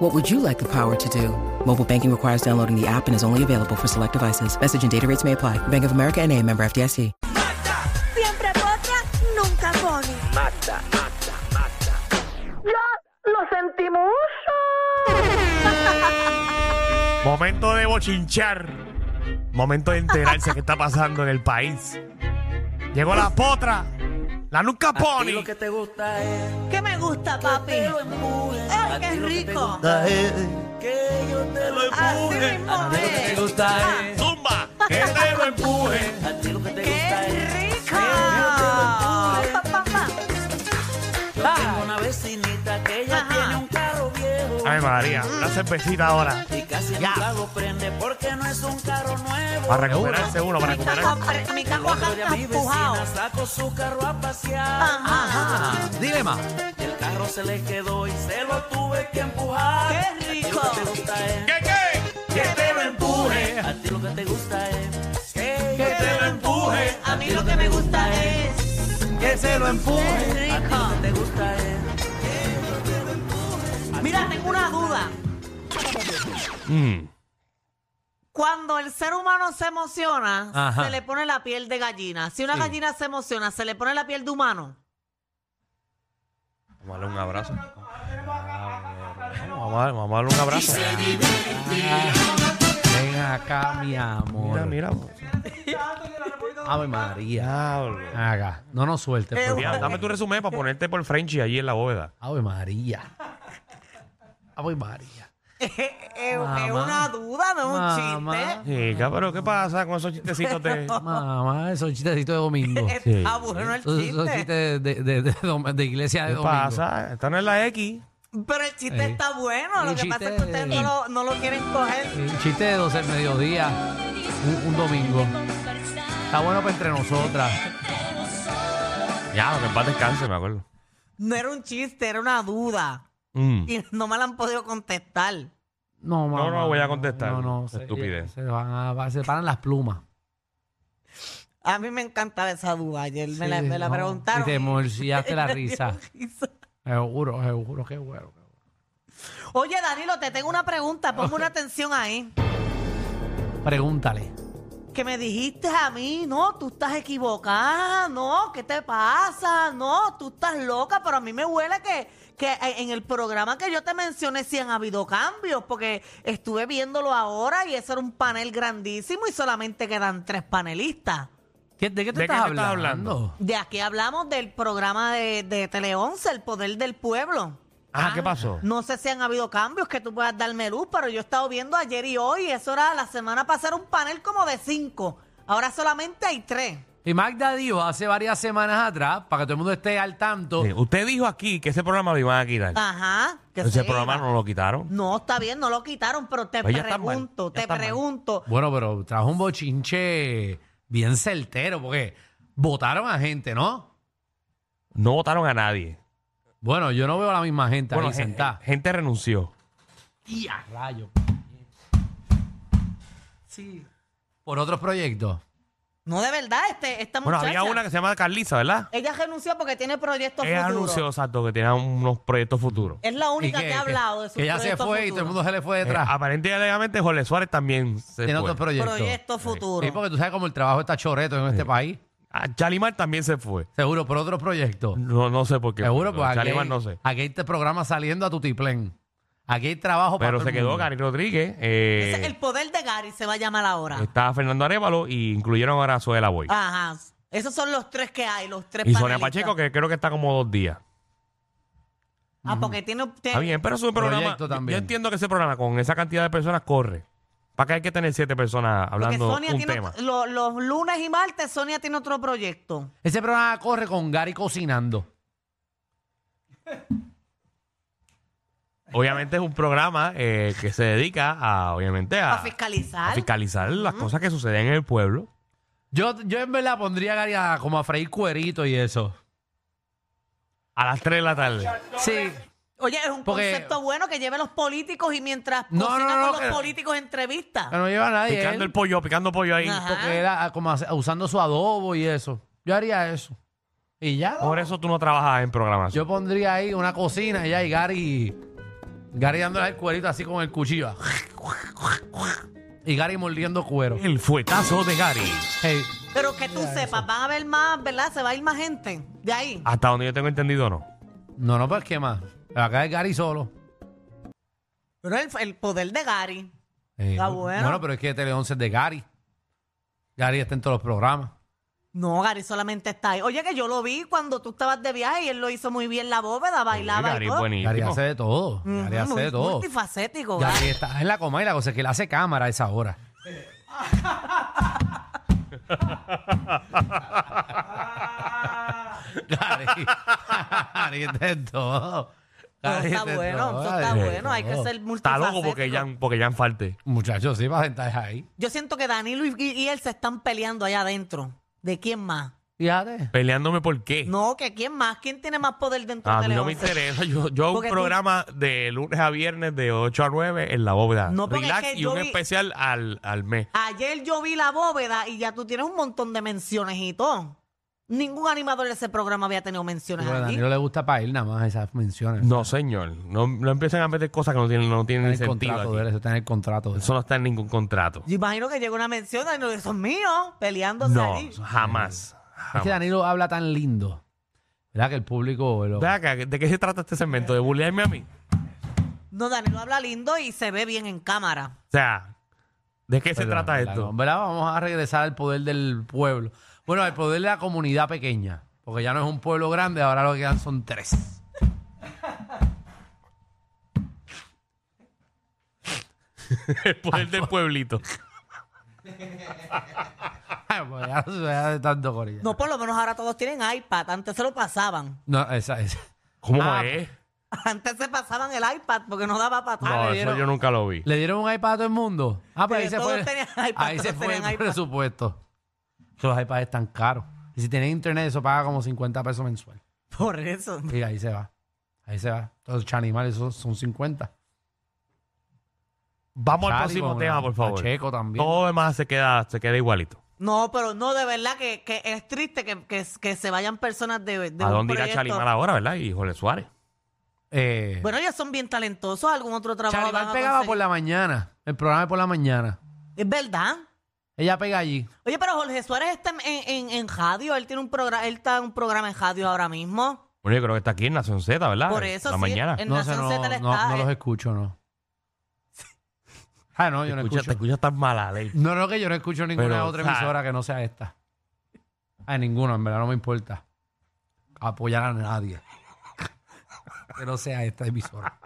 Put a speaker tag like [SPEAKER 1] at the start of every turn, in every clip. [SPEAKER 1] What would you like the power to do? Mobile banking requires downloading the app and is only available for select devices. Message and data rates may apply. Bank of America and a member FDIC.
[SPEAKER 2] Siempre potra, nunca pone.
[SPEAKER 3] Momento de bochinchar. Momento de enterarse qué está pasando en el país. Llegó la potra. La nunca pone.
[SPEAKER 4] lo que te gusta es
[SPEAKER 2] ¿Qué me gusta, papi?
[SPEAKER 4] que lo empuje.
[SPEAKER 2] ¡Ay,
[SPEAKER 4] A
[SPEAKER 2] qué
[SPEAKER 4] ti lo que te
[SPEAKER 2] rico!
[SPEAKER 4] gusta es que yo te lo
[SPEAKER 2] Así
[SPEAKER 4] empuje.
[SPEAKER 2] mismo
[SPEAKER 4] A ti lo que te
[SPEAKER 2] es.
[SPEAKER 4] gusta es Ah.
[SPEAKER 3] Zumba. Que te lo empuje.
[SPEAKER 4] a ti lo que te gusta
[SPEAKER 2] ¡Qué
[SPEAKER 4] es.
[SPEAKER 2] rico! Pa, pa, pa.
[SPEAKER 4] Yo tengo una vecinita que ella
[SPEAKER 2] Ajá.
[SPEAKER 4] tiene un carro viejo
[SPEAKER 3] Ay, María. Una cervecita ahora.
[SPEAKER 4] y casi el trago prende porque no es un carro nuevo.
[SPEAKER 3] Para recuperarse uno, para
[SPEAKER 2] Mi
[SPEAKER 3] recuperarse.
[SPEAKER 2] caco apre- Mi
[SPEAKER 4] El
[SPEAKER 2] caco
[SPEAKER 4] otro día
[SPEAKER 2] acá
[SPEAKER 4] mi vecina
[SPEAKER 2] empujado.
[SPEAKER 4] sacó su carro a pasear.
[SPEAKER 2] Ajá.
[SPEAKER 4] Y el carro se le quedó y se lo tuve que empujar.
[SPEAKER 2] Qué
[SPEAKER 4] A ti
[SPEAKER 2] rico.
[SPEAKER 4] Lo que te gusta es
[SPEAKER 3] ¿Qué, qué?
[SPEAKER 4] que te lo empuje. A ti lo que te gusta es que, yo
[SPEAKER 2] Que
[SPEAKER 4] te lo empuje.
[SPEAKER 2] A mí lo que me gusta es...
[SPEAKER 4] que se lo empuje.
[SPEAKER 2] ¡Qué
[SPEAKER 4] A ti lo
[SPEAKER 2] rico!
[SPEAKER 4] que te gusta es
[SPEAKER 2] Mira, tengo una duda. Cuando el ser humano se emociona,
[SPEAKER 5] Ajá.
[SPEAKER 2] se le pone la piel de gallina. Si una gallina se emociona, ¿se le pone la piel de humano?
[SPEAKER 3] Vamos a darle un abrazo. Vamos a, vamos a darle un abrazo.
[SPEAKER 5] Ven acá, mi
[SPEAKER 3] Mira,
[SPEAKER 5] amor.
[SPEAKER 3] mira.
[SPEAKER 5] Ave María.
[SPEAKER 3] Diablo.
[SPEAKER 5] Haga. No nos sueltes.
[SPEAKER 2] Eh,
[SPEAKER 5] por
[SPEAKER 3] Mira,
[SPEAKER 5] favor.
[SPEAKER 3] dame tu resumen para ponerte por Frenchy allí en la bóveda.
[SPEAKER 5] Ave María. Ave María.
[SPEAKER 2] Es es
[SPEAKER 5] Mamá.
[SPEAKER 2] una duda, no es un
[SPEAKER 5] Mamá.
[SPEAKER 2] chiste.
[SPEAKER 3] Chica, pero ¿qué pasa con esos chistecitos de...?
[SPEAKER 5] Mamá, esos chistecitos de domingo.
[SPEAKER 2] Es-
[SPEAKER 3] Sí.
[SPEAKER 2] Ah, bueno, el
[SPEAKER 5] Esos, esos
[SPEAKER 2] chiste.
[SPEAKER 5] chistes de, de- de dom- de iglesia de
[SPEAKER 3] ¿Qué
[SPEAKER 5] domingo.
[SPEAKER 3] pasa? Están en la X.
[SPEAKER 2] Pero el chiste
[SPEAKER 5] Eh.
[SPEAKER 2] está bueno. Lo
[SPEAKER 5] El
[SPEAKER 2] que pasa es que
[SPEAKER 5] chiste-
[SPEAKER 2] ustedes no lo, no lo quieren coger.
[SPEAKER 5] Un chiste de 12 al mediodía. Un, un domingo. Está bueno para entre nosotras.
[SPEAKER 3] Ya, que en paz descanse, me acuerdo.
[SPEAKER 2] No era un chiste, era una duda.
[SPEAKER 3] Mm.
[SPEAKER 2] Y no me la han podido contestar.
[SPEAKER 5] No, mamá.
[SPEAKER 3] no voy a contestar.
[SPEAKER 5] No, no. se-
[SPEAKER 3] Estupidez.
[SPEAKER 5] Se, van a, se paran las plumas.
[SPEAKER 2] A mí me encantaba esa duda. Ayer me la,
[SPEAKER 5] Sí,
[SPEAKER 2] me la
[SPEAKER 5] no.
[SPEAKER 2] preguntaron.
[SPEAKER 5] Y te morcillaste la risa.
[SPEAKER 2] Hizo-
[SPEAKER 5] Seguro, seguro, qué bueno. qué bueno.
[SPEAKER 2] Oye, Danilo, te tengo una pregunta. Ponme una atención ahí.
[SPEAKER 5] Pregúntale.
[SPEAKER 2] Que me dijiste a mí, no, tú estás equivocada, no, ¿qué te pasa? No, tú estás loca, pero a mí me huele que, que en el programa que yo te mencioné sí han habido cambios, porque estuve viéndolo ahora y eso era un panel grandísimo y solamente quedan tres panelistas.
[SPEAKER 5] ¿Qué- ¿De qué tú
[SPEAKER 3] ¿De qué
[SPEAKER 5] estás,
[SPEAKER 3] tú estás hablando?
[SPEAKER 5] hablando?
[SPEAKER 2] De aquí hablamos del programa de, de Tele 11, El Poder del Pueblo.
[SPEAKER 3] Ah, ¿qué pasó?
[SPEAKER 2] No sé si han habido cambios que tú puedas darme luz, pero yo he estado viendo ayer y hoy, eso era la semana pasada un panel como de cinco, ahora solamente hay tres.
[SPEAKER 5] Y Magda dijo hace varias semanas atrás, para que todo el mundo esté al tanto,
[SPEAKER 3] Sí, Usted dijo aquí que ese programa lo iban a quitar.
[SPEAKER 2] Ajá. Ah, que
[SPEAKER 3] ese
[SPEAKER 2] se
[SPEAKER 3] programa
[SPEAKER 2] iba.
[SPEAKER 3] no lo quitaron.
[SPEAKER 2] No, está bien, no lo quitaron, pero te
[SPEAKER 3] Pues ya está mal,
[SPEAKER 2] pregunto,
[SPEAKER 3] ya
[SPEAKER 2] te
[SPEAKER 3] está mal.
[SPEAKER 2] pregunto.
[SPEAKER 5] bueno, pero trajo un bochinche bien certero, porque votaron a gente, ¿no?
[SPEAKER 3] No votaron a nadie.
[SPEAKER 5] Bueno, yo no veo a la misma gente
[SPEAKER 3] Bueno,
[SPEAKER 5] ahí
[SPEAKER 3] gen-
[SPEAKER 5] sentada.
[SPEAKER 3] gente renunció.
[SPEAKER 5] ¡Tía, rayo! Sí. ¿Por otros proyectos?
[SPEAKER 2] No, de verdad, este, esta
[SPEAKER 3] Bueno,
[SPEAKER 2] muchacha.
[SPEAKER 3] había una que se llama Carlisa, ¿verdad?
[SPEAKER 2] Ella renunció porque tiene proyectos
[SPEAKER 3] Ella
[SPEAKER 2] futuros.
[SPEAKER 3] anunció, exacto, que tenía unos proyectos futuros.
[SPEAKER 5] Eh.
[SPEAKER 2] Es la única
[SPEAKER 5] ¿Y
[SPEAKER 2] que,
[SPEAKER 5] qué?
[SPEAKER 2] ha hablado de sus
[SPEAKER 5] Que ya se
[SPEAKER 2] proyectos
[SPEAKER 5] fue y todo el
[SPEAKER 2] futuros.
[SPEAKER 5] mundo se le fue
[SPEAKER 3] Eh,
[SPEAKER 5] detrás.
[SPEAKER 3] aparente y alegadamente, Jorge Suárez también se
[SPEAKER 5] Tiene
[SPEAKER 3] fue.
[SPEAKER 5] otros proyectos.
[SPEAKER 2] Proyectos futuros.
[SPEAKER 5] Sí, porque tú sabes cómo el trabajo está choreto en este país.
[SPEAKER 3] Ah, Chalimar también se fue.
[SPEAKER 5] Seguro, por otros proyectos.
[SPEAKER 3] No, no sé por qué.
[SPEAKER 5] Seguro, pues aquí,
[SPEAKER 3] Chalimar
[SPEAKER 5] hay-
[SPEAKER 3] no sé.
[SPEAKER 5] aquí hay este programa saliendo a tu tiplén. Aquí hay trabajo para
[SPEAKER 3] Pero
[SPEAKER 5] todo
[SPEAKER 3] se
[SPEAKER 5] el
[SPEAKER 3] quedó
[SPEAKER 5] mundo.
[SPEAKER 3] Gary Rodríguez. eh,
[SPEAKER 2] Ese- el poder de Gary se va a llamar ahora.
[SPEAKER 3] Estaba Fernando Arevalo y incluyeron ahora a Suela Boy.
[SPEAKER 2] Ajá. Esos son los tres que hay, los tres
[SPEAKER 3] y Sonia
[SPEAKER 2] panelistas.
[SPEAKER 3] Pacheco, que creo que está como dos días.
[SPEAKER 2] Ah, porque tiene. usted-
[SPEAKER 3] Está bien, pero es un programa.
[SPEAKER 5] Proyecto también.
[SPEAKER 3] Yo entiendo que ese programa con esa cantidad de personas corre. ¿Para qué hay que tener siete personas
[SPEAKER 2] porque
[SPEAKER 3] hablando
[SPEAKER 2] Sonia
[SPEAKER 3] un
[SPEAKER 2] tiene
[SPEAKER 3] tema?
[SPEAKER 2] ot- lo- los lunes y martes Sonia tiene otro proyecto.
[SPEAKER 5] Ese programa corre con Gary cocinando.
[SPEAKER 3] Obviamente es un programa eh, que se dedica a, obviamente, a,
[SPEAKER 2] Para fiscalizar.
[SPEAKER 3] a fiscalizar las cosas que suceden en el pueblo.
[SPEAKER 5] Yo, yo en verdad pondría a Gary a- como a freír cuerito y eso.
[SPEAKER 3] A las 3 de la tarde.
[SPEAKER 5] Sí.
[SPEAKER 2] Oye, es un
[SPEAKER 5] Porque-
[SPEAKER 2] concepto bueno que lleve los políticos y mientras
[SPEAKER 5] No,
[SPEAKER 2] cocinan
[SPEAKER 5] no, no,
[SPEAKER 2] con los
[SPEAKER 5] que-
[SPEAKER 2] políticos entrevistas.
[SPEAKER 3] Ah.
[SPEAKER 5] Que no lleva a nadie.
[SPEAKER 3] Picando el
[SPEAKER 5] él,
[SPEAKER 3] pollo, picando pollo ahí.
[SPEAKER 2] Ajá.
[SPEAKER 5] porque era ah, como hace- usando su adobo y eso. Yo haría eso. Y ya.
[SPEAKER 3] Por eso tú no trabajas en programación.
[SPEAKER 5] Yo pondría ahí una cocina y ya y Gary. Gary dándole el cuerito así con el cuchillo. Y Gary mordiendo cuero.
[SPEAKER 3] El fuetazo de Gary.
[SPEAKER 5] Hey,
[SPEAKER 2] Pero que tú sepas, van a haber más, ¿verdad? Se va a ir más gente de ahí.
[SPEAKER 3] Hasta donde yo tengo entendido, no.
[SPEAKER 5] No, no, pues qué más. Acá es Gary solo.
[SPEAKER 2] Pero el, el poder de Gary.
[SPEAKER 5] Eh,
[SPEAKER 2] Está bueno.
[SPEAKER 5] pero es que Tele 11 es de Gary. Gary está en todos los programas.
[SPEAKER 2] No, Gary solamente está ahí. Oye, que yo lo vi cuando tú estabas de viaje y él lo hizo muy bien la bóveda, bailaba
[SPEAKER 3] Gary
[SPEAKER 2] y
[SPEAKER 3] es
[SPEAKER 2] todo.
[SPEAKER 3] buenísimo.
[SPEAKER 5] Gary hace de todo.
[SPEAKER 2] Ujú,
[SPEAKER 5] Gary hace de
[SPEAKER 2] muy
[SPEAKER 5] todo.
[SPEAKER 2] Multifacético, Gary.
[SPEAKER 5] Gary está en la coma y la cosa es que él hace cámara a esa hora. Gary, Gary está en todo.
[SPEAKER 2] Pero
[SPEAKER 5] Gary
[SPEAKER 2] está
[SPEAKER 5] en
[SPEAKER 2] bueno,
[SPEAKER 5] todo,
[SPEAKER 2] eso
[SPEAKER 5] Gary
[SPEAKER 2] está
[SPEAKER 5] en
[SPEAKER 2] bueno. Hay que
[SPEAKER 5] todo.
[SPEAKER 2] ser
[SPEAKER 3] Está
[SPEAKER 2] multifacético.
[SPEAKER 3] loco porque ya, porque ya falte.
[SPEAKER 5] Muchachos, sí, vas a sentar ahí.
[SPEAKER 2] Yo siento que Danilo y, y- y él se están peleando allá adentro. ¿De quién más?
[SPEAKER 5] Fíjate.
[SPEAKER 3] Peleándome por qué.
[SPEAKER 2] No, que quién más. ¿Quién tiene más poder dentro
[SPEAKER 3] Ah, A
[SPEAKER 2] de
[SPEAKER 3] mí no me
[SPEAKER 2] Teleonce?
[SPEAKER 3] interesa. Yo, yo hago un
[SPEAKER 2] Porque tú-
[SPEAKER 3] programa de lunes a viernes de 8 a 9 en la bóveda.
[SPEAKER 2] No, porque
[SPEAKER 3] Relax
[SPEAKER 2] es que
[SPEAKER 3] y
[SPEAKER 2] yo
[SPEAKER 3] un
[SPEAKER 2] vi-
[SPEAKER 3] especial al, al mes.
[SPEAKER 2] Ayer yo vi la bóveda y ya tú tienes un montón de menciones y todo. Ningún animador de ese programa había tenido menciones
[SPEAKER 5] Pero a
[SPEAKER 2] allí.
[SPEAKER 5] Danilo le gusta para él nada más esas menciones.
[SPEAKER 3] No, señor. No, no empiecen a meter cosas que no tienen, no tienen
[SPEAKER 5] Está en
[SPEAKER 3] ni
[SPEAKER 5] el
[SPEAKER 3] sentido.
[SPEAKER 5] contrato
[SPEAKER 3] aquí.
[SPEAKER 5] de él, eso está en el contrato de él.
[SPEAKER 3] Eso no está en ningún contrato.
[SPEAKER 2] Yo imagino que llegó una mención de Danilo, esos míos, peleándose
[SPEAKER 3] No,
[SPEAKER 2] allí.
[SPEAKER 3] jamás.
[SPEAKER 5] Es que
[SPEAKER 3] jamás.
[SPEAKER 5] Danilo habla tan lindo. ¿Verdad que el público lo-
[SPEAKER 3] Ve acá, ¿De qué se trata este segmento? ¿De bullearme a mí?
[SPEAKER 2] No, Danilo habla lindo y se ve bien en cámara.
[SPEAKER 3] O sea, ¿de qué se
[SPEAKER 5] Perdón,
[SPEAKER 3] trata
[SPEAKER 5] ¿verdad?
[SPEAKER 3] esto?
[SPEAKER 5] ¿Verdad? Vamos a regresar al poder del pueblo. Bueno, al poder de la comunidad pequeña. Porque ya no es un pueblo grande, ahora lo que quedan son tres.
[SPEAKER 3] El poder
[SPEAKER 5] Ah,
[SPEAKER 3] del pueblito.
[SPEAKER 5] Ay, pues ya no se da de tanto corillo.
[SPEAKER 2] No, por lo menos ahora todos tienen iPad. Antes se lo pasaban.
[SPEAKER 5] No, esa, esa.
[SPEAKER 3] ¿Cómo
[SPEAKER 5] Ah,
[SPEAKER 3] es?
[SPEAKER 2] Antes se pasaban el iPad porque no daba para atrás.
[SPEAKER 5] le
[SPEAKER 3] No, eso
[SPEAKER 5] dieron-
[SPEAKER 3] yo nunca lo vi.
[SPEAKER 5] ¿Le dieron un iPad a todo el mundo? Ah, pues
[SPEAKER 2] Sí,
[SPEAKER 5] ahí se
[SPEAKER 2] todos
[SPEAKER 5] fue.
[SPEAKER 2] tenían iPad,
[SPEAKER 5] ahí se
[SPEAKER 2] todos
[SPEAKER 5] fue el
[SPEAKER 2] tenían iPad.
[SPEAKER 5] presupuesto. Los iPads están caros. Y si tienen internet, eso paga como 50 pesos mensual.
[SPEAKER 2] Por eso.
[SPEAKER 5] Y ahí se va. Ahí se va. Todos los animales son, son 50.
[SPEAKER 3] Vamos al
[SPEAKER 5] Chari,
[SPEAKER 3] próximo
[SPEAKER 5] con
[SPEAKER 3] tema,
[SPEAKER 5] la-
[SPEAKER 3] por favor.
[SPEAKER 5] Pacheco también.
[SPEAKER 3] Todo lo demás se queda, se queda igualito.
[SPEAKER 2] No, pero no, de verdad que, que es triste que, que- que se vayan personas de, de
[SPEAKER 3] ¿A
[SPEAKER 2] un
[SPEAKER 3] dónde irá
[SPEAKER 2] proyecto.
[SPEAKER 3] Chalimar ahora, verdad? Y Jorge Suárez.
[SPEAKER 5] Eh,
[SPEAKER 2] Bueno, ellos son bien talentosos. Algún otro trabajo
[SPEAKER 5] Charibal
[SPEAKER 2] van a
[SPEAKER 5] pegaba por
[SPEAKER 2] conseguir.
[SPEAKER 5] la mañana. El programa es por la mañana.
[SPEAKER 2] Es verdad.
[SPEAKER 5] Ella pega allí.
[SPEAKER 2] Oye, pero Jorge Suárez está en, en- en radio. Él tiene un programa, él está en un programa en radio ahora mismo.
[SPEAKER 3] Bueno, yo creo que está aquí en Nación Z, ¿verdad?
[SPEAKER 2] Por eso
[SPEAKER 3] La
[SPEAKER 2] sí,
[SPEAKER 3] mañana.
[SPEAKER 2] en
[SPEAKER 5] No, sé,
[SPEAKER 2] Nación
[SPEAKER 5] no,
[SPEAKER 2] Z le
[SPEAKER 5] no-
[SPEAKER 2] está.
[SPEAKER 5] no los
[SPEAKER 2] eh,
[SPEAKER 5] escucho, no. Ah, no, yo no
[SPEAKER 3] Escucha- te
[SPEAKER 5] escucho.
[SPEAKER 3] escuchas tan mala ley.
[SPEAKER 5] No, no, que yo no escucho ninguna
[SPEAKER 3] Pero,
[SPEAKER 5] otra
[SPEAKER 3] o sea-
[SPEAKER 5] emisora que no sea esta. A ninguna, en verdad, no me importa. Apoyar a nadie. Que no sea esta emisora.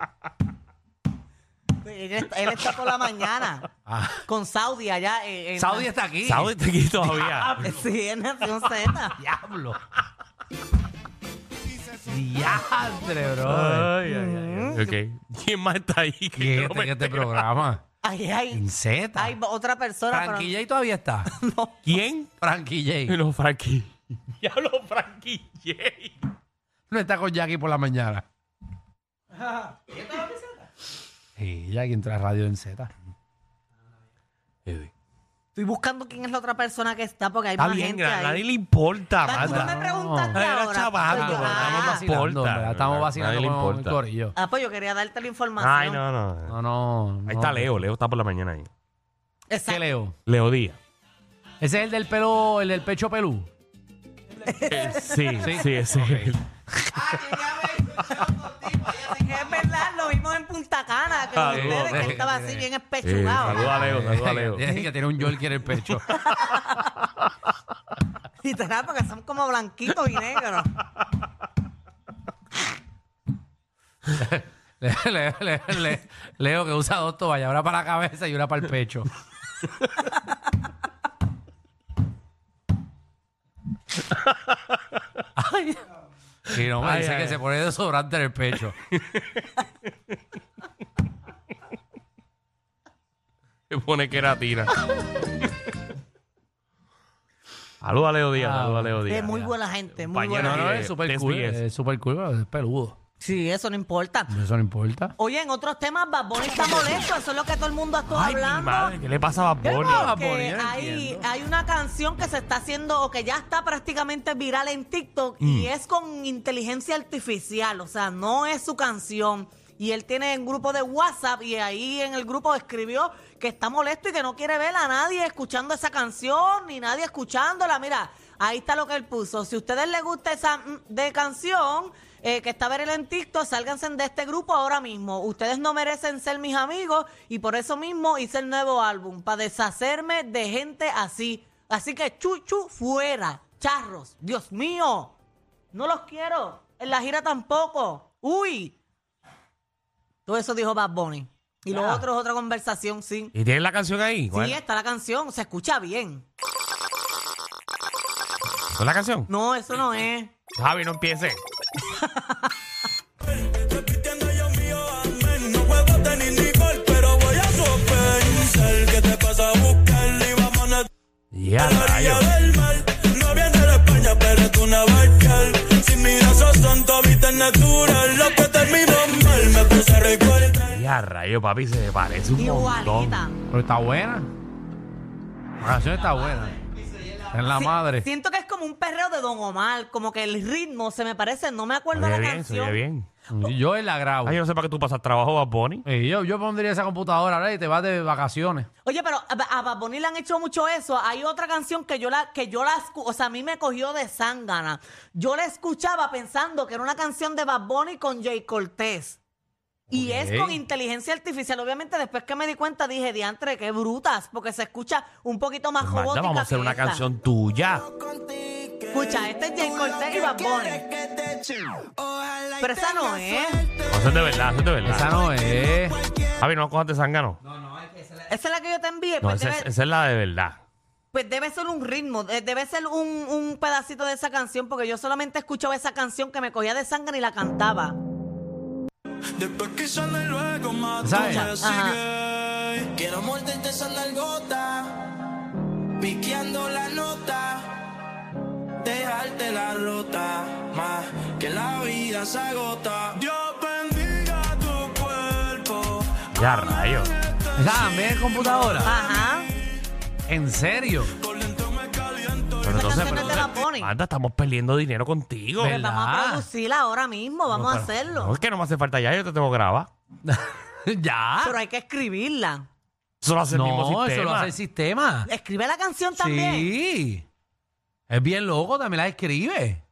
[SPEAKER 2] él, está, él está por la mañana
[SPEAKER 5] Ah.
[SPEAKER 2] con Saudi allá. eh, en-
[SPEAKER 5] Saudi está aquí.
[SPEAKER 3] Saudi está aquí todavía.
[SPEAKER 2] Sí, en Nación Z.
[SPEAKER 5] Diablo. Diastre, bro.
[SPEAKER 3] Ay, ay, ay, ay. Ok. ¿Quién más está ahí? Que
[SPEAKER 5] ¿Qué
[SPEAKER 3] yo
[SPEAKER 5] es
[SPEAKER 3] no me
[SPEAKER 5] este, que este
[SPEAKER 3] entero?
[SPEAKER 5] programa?
[SPEAKER 2] Ay, ay.
[SPEAKER 5] En Z.
[SPEAKER 2] Hay otra persona. pero-
[SPEAKER 5] Frankie J todavía está.
[SPEAKER 3] ¿Quién?
[SPEAKER 5] Frankie J.
[SPEAKER 3] No, Frankie. Diablo, Frankie J.
[SPEAKER 5] No está con Jackie por la mañana. Sí, Jackie entra a radio en Z.
[SPEAKER 3] Ah,
[SPEAKER 2] Estoy buscando quién es la otra persona que está porque hay
[SPEAKER 3] Está
[SPEAKER 2] más
[SPEAKER 3] bien,
[SPEAKER 2] gente
[SPEAKER 3] a nadie
[SPEAKER 2] ahí.
[SPEAKER 3] le importa,
[SPEAKER 2] Ah, Tú no me
[SPEAKER 3] manda.
[SPEAKER 2] preguntaste
[SPEAKER 3] Nadie la
[SPEAKER 2] ahora.
[SPEAKER 3] chavando,
[SPEAKER 2] Pues yo-
[SPEAKER 3] pero estamos
[SPEAKER 2] ah,
[SPEAKER 3] más- importa.
[SPEAKER 5] en verdad, Estamos
[SPEAKER 3] Nadie
[SPEAKER 5] vacilando
[SPEAKER 3] le
[SPEAKER 5] con el
[SPEAKER 3] importa.
[SPEAKER 5] corillo.
[SPEAKER 2] ah, pues yo quería darte la información.
[SPEAKER 3] Ay, no, no.
[SPEAKER 5] No, no. no.
[SPEAKER 3] Ahí está Leo, Leo está por la mañana ahí.
[SPEAKER 5] ¿Qué
[SPEAKER 2] Exacto.
[SPEAKER 5] Leo?
[SPEAKER 3] Leo Díaz.
[SPEAKER 5] Ese es el del pelo, el del pecho pelú.
[SPEAKER 3] Sí, sí, sí, ese es él.
[SPEAKER 2] Es verdad, lo vimos en Punta Cana, que
[SPEAKER 3] Ah,
[SPEAKER 2] ustedes,
[SPEAKER 5] no,
[SPEAKER 2] que él estaba
[SPEAKER 5] no,
[SPEAKER 2] así
[SPEAKER 5] no.
[SPEAKER 2] bien
[SPEAKER 3] Eh,
[SPEAKER 2] espechugado.
[SPEAKER 3] Saluda a Leo, saluda a Leo.
[SPEAKER 5] Tiene que tiene un Yorkie en el pecho.
[SPEAKER 2] Literal, porque son como blanquitos y negros.
[SPEAKER 5] Le- le- le- le- Leo que usa dos toallas, una para la cabeza y una para el pecho. Ay. Y no me
[SPEAKER 3] Ay,
[SPEAKER 5] dice
[SPEAKER 3] ay,
[SPEAKER 5] que
[SPEAKER 3] ay.
[SPEAKER 5] se pone desodorante en el pecho.
[SPEAKER 3] Se pone que era tira. Saluda a Leo Díaz,
[SPEAKER 5] Ah,
[SPEAKER 3] saluda a Leo Díaz.
[SPEAKER 2] Es muy buena gente, muy
[SPEAKER 3] Compañero
[SPEAKER 2] buena
[SPEAKER 5] No, no,
[SPEAKER 3] de-
[SPEAKER 5] es súper
[SPEAKER 3] de
[SPEAKER 5] cool.
[SPEAKER 3] SBS.
[SPEAKER 5] Es súper cool, pero es peludo.
[SPEAKER 2] Sí, eso no importa.
[SPEAKER 5] Eso no importa.
[SPEAKER 2] Oye, en otros temas, Bad Bunny está molesto, eso es lo que todo el mundo está
[SPEAKER 3] Ay, mi
[SPEAKER 2] hablando.
[SPEAKER 3] madre, ¿qué le pasa a Bad Bunny?
[SPEAKER 5] Bad
[SPEAKER 2] que
[SPEAKER 5] Bunny, yo no
[SPEAKER 2] hay,
[SPEAKER 5] entiendo.
[SPEAKER 2] hay una canción que se está haciendo o que ya está prácticamente viral en TikTok
[SPEAKER 5] Mm.
[SPEAKER 2] y es con inteligencia artificial, o sea, no es su canción. Y él tiene un grupo de WhatsApp y ahí en el grupo escribió que está molesto y que no quiere ver a nadie escuchando esa canción ni nadie escuchándola. Mira, ahí está lo que él puso. Si a ustedes les gusta esa mm, de canción eh, que está viral en TikTok, sálganse de este grupo ahora mismo. Ustedes no merecen ser mis amigos y por eso mismo hice el nuevo álbum, para deshacerme de gente así. Así que chuchu fuera, charros, Dios mío, no los quiero, en la gira tampoco. Uy, todo eso dijo Bad Bunny. Y lo otro es otra conversación, sí.
[SPEAKER 3] ¿Y tienes la canción ahí? ¿Cuál?
[SPEAKER 2] Sí, está la canción, se escucha bien.
[SPEAKER 3] ¿Con la canción?
[SPEAKER 2] No, eso no es.
[SPEAKER 3] Javi, no empiece.
[SPEAKER 4] No juego tenis ni gol, pero voy a sospechar que te pasa a buscar y vamos a
[SPEAKER 3] Ya,
[SPEAKER 4] orilla
[SPEAKER 3] rayo.
[SPEAKER 4] del mar. No viene de España, pero es una bachal. Si miras a santo, viste es natural. Lo que terminó mal, me puse recuerda.
[SPEAKER 3] Ya, rayo, papi, se me parece un
[SPEAKER 2] Igualita.
[SPEAKER 3] montón.
[SPEAKER 5] Pero está buena. La canción está buena. Está en la
[SPEAKER 2] Si-
[SPEAKER 5] madre.
[SPEAKER 2] Siento que es como un perreo de Don Omar, como que el ritmo se me parece, no me
[SPEAKER 3] Se
[SPEAKER 2] acuerdo
[SPEAKER 3] oye
[SPEAKER 2] la
[SPEAKER 3] bien, se
[SPEAKER 2] canción.
[SPEAKER 3] oye bien.
[SPEAKER 5] Y Yo la grabo.
[SPEAKER 3] Ay, yo no sé para qué tú pasas trabajo, Bad Bunny.
[SPEAKER 5] Y yo, yo pondría esa computadora ahora y te vas de vacaciones.
[SPEAKER 2] Oye, pero a, a Bad Bunny le han hecho mucho eso. Hay otra canción que yo la que yo la escu- o sea, a mí me cogió de zángana. Yo la escuchaba pensando que era una canción de Bad Bunny con Jay Cortés. Y
[SPEAKER 5] Ok.
[SPEAKER 2] es con inteligencia artificial. Obviamente, después que me di cuenta, dije, diantre, qué brutas, porque se escucha un poquito más
[SPEAKER 3] Pues, Magda,
[SPEAKER 2] robótica.
[SPEAKER 3] vamos a hacer
[SPEAKER 2] que
[SPEAKER 3] una
[SPEAKER 2] esta.
[SPEAKER 3] canción tuya.
[SPEAKER 2] Escucha, este es Jay Cortés y Bad Bunny. Pero esa no es.
[SPEAKER 3] No, eso es de verdad, eso es de verdad.
[SPEAKER 5] Esa no es.
[SPEAKER 3] Javi, no cojas de zángano. No,
[SPEAKER 2] Esa es la que yo te envié. pues
[SPEAKER 3] esa,
[SPEAKER 2] debe-
[SPEAKER 3] es- esa es la de verdad.
[SPEAKER 2] Pues debe ser un ritmo, de- debe ser un, un pedacito de esa canción, porque yo solamente escuchaba esa canción que me cogía de sangre y la cantaba.
[SPEAKER 4] Después que sale luego más
[SPEAKER 5] ¿Sabes?
[SPEAKER 4] sigue. Quiero morderte esa nalgota, piqueando la nota, dejarte la rota, más que la vida se agota. Dios bendiga tu cuerpo.
[SPEAKER 3] Ya, rayo.
[SPEAKER 5] Esa también es computadora.
[SPEAKER 2] Ajá.
[SPEAKER 5] ¿En serio?
[SPEAKER 3] Pero
[SPEAKER 2] Esa
[SPEAKER 3] entonces,
[SPEAKER 2] canción es
[SPEAKER 3] pero
[SPEAKER 2] de Bad Bunny.
[SPEAKER 3] entonces- Magda, estamos perdiendo dinero contigo.
[SPEAKER 5] ¿Verdad?
[SPEAKER 2] Vamos
[SPEAKER 5] Ah.
[SPEAKER 2] a producirla ahora mismo, vamos a hacerlo.
[SPEAKER 3] No, es que no me hace falta ya, yo te tengo que grabar. Ah.
[SPEAKER 5] ya.
[SPEAKER 2] Pero hay que escribirla.
[SPEAKER 3] Eso lo hace el mismo
[SPEAKER 5] No,
[SPEAKER 3] sistema.
[SPEAKER 5] eso lo hace el sistema.
[SPEAKER 2] Escribe la canción también.
[SPEAKER 5] Sí. Es bien loco, también la escribe.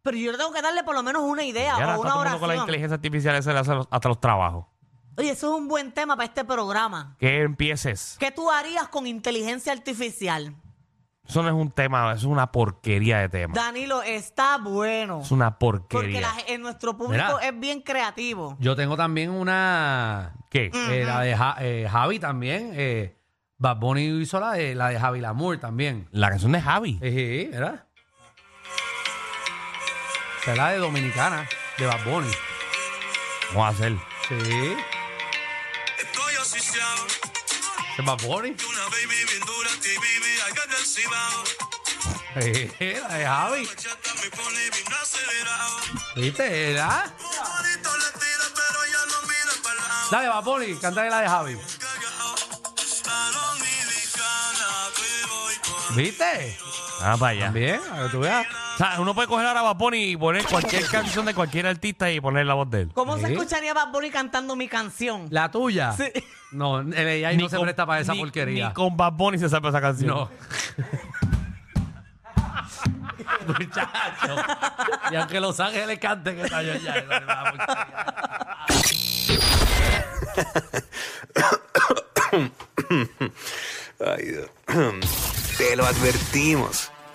[SPEAKER 2] Pero yo tengo que darle por lo menos una idea
[SPEAKER 3] Y ahora
[SPEAKER 2] o
[SPEAKER 3] está
[SPEAKER 2] una
[SPEAKER 3] todo el mundo con la
[SPEAKER 2] oración.
[SPEAKER 3] inteligencia artificial, esa le hace los- hasta los trabajos.
[SPEAKER 2] Oye, eso es un buen tema para este programa.
[SPEAKER 3] Que empieces.
[SPEAKER 2] ¿Qué tú harías con inteligencia artificial?
[SPEAKER 3] Eso no es un tema, eso es una porquería de tema.
[SPEAKER 2] Danilo, está bueno.
[SPEAKER 3] Es una
[SPEAKER 2] Porque
[SPEAKER 3] porquería.
[SPEAKER 2] la- en nuestro público
[SPEAKER 5] Mira.
[SPEAKER 2] es bien creativo.
[SPEAKER 5] Yo tengo también una.
[SPEAKER 3] ¿Qué?
[SPEAKER 5] eh, la de Ja- eh, Javi también. Eh, Bad Bunny hizo la de, la de Javi Lamour también.
[SPEAKER 2] Mm.
[SPEAKER 3] La canción de Javi.
[SPEAKER 5] Eje, ¿verdad? Esa es la de Dominicana, de Bad Bunny.
[SPEAKER 3] Vamos a hacer.
[SPEAKER 5] Sí.
[SPEAKER 4] Estoy asfixiado,
[SPEAKER 5] ¿Es Bad Bunny?
[SPEAKER 4] una baby bien dura, te vive acá en el cibao.
[SPEAKER 5] Eje, la de Javi.
[SPEAKER 4] Chata me pone bien acelerado.
[SPEAKER 5] ¿Viste? ¿Verdad?
[SPEAKER 4] Un bonito le tira, pero ya no mira para el lado.
[SPEAKER 5] Dale, Bad Bunny, cántale la de Javi.
[SPEAKER 4] Cagao, a dominicana te voy con
[SPEAKER 5] ¿Viste?
[SPEAKER 3] Ah, para allá.
[SPEAKER 5] También, a que tú veas.
[SPEAKER 3] O sea, uno puede coger ahora a Bad Bunny y poner cualquier canción de cualquier artista y poner la voz de él.
[SPEAKER 2] ¿Cómo se
[SPEAKER 5] Sí.
[SPEAKER 2] escucharía Bad Bunny cantando mi canción?
[SPEAKER 5] La tuya.
[SPEAKER 2] Sí.
[SPEAKER 5] No, el AI no se
[SPEAKER 3] con-
[SPEAKER 5] presta para esa
[SPEAKER 3] ni-
[SPEAKER 5] porquería.
[SPEAKER 3] Ni con Bad Bunny se sabe esa canción.
[SPEAKER 5] No. Muchacho. Y aunque Los Ángeles cante que está yo ya. eso es una porquería.
[SPEAKER 6] Ay, Dios. Te lo advertimos.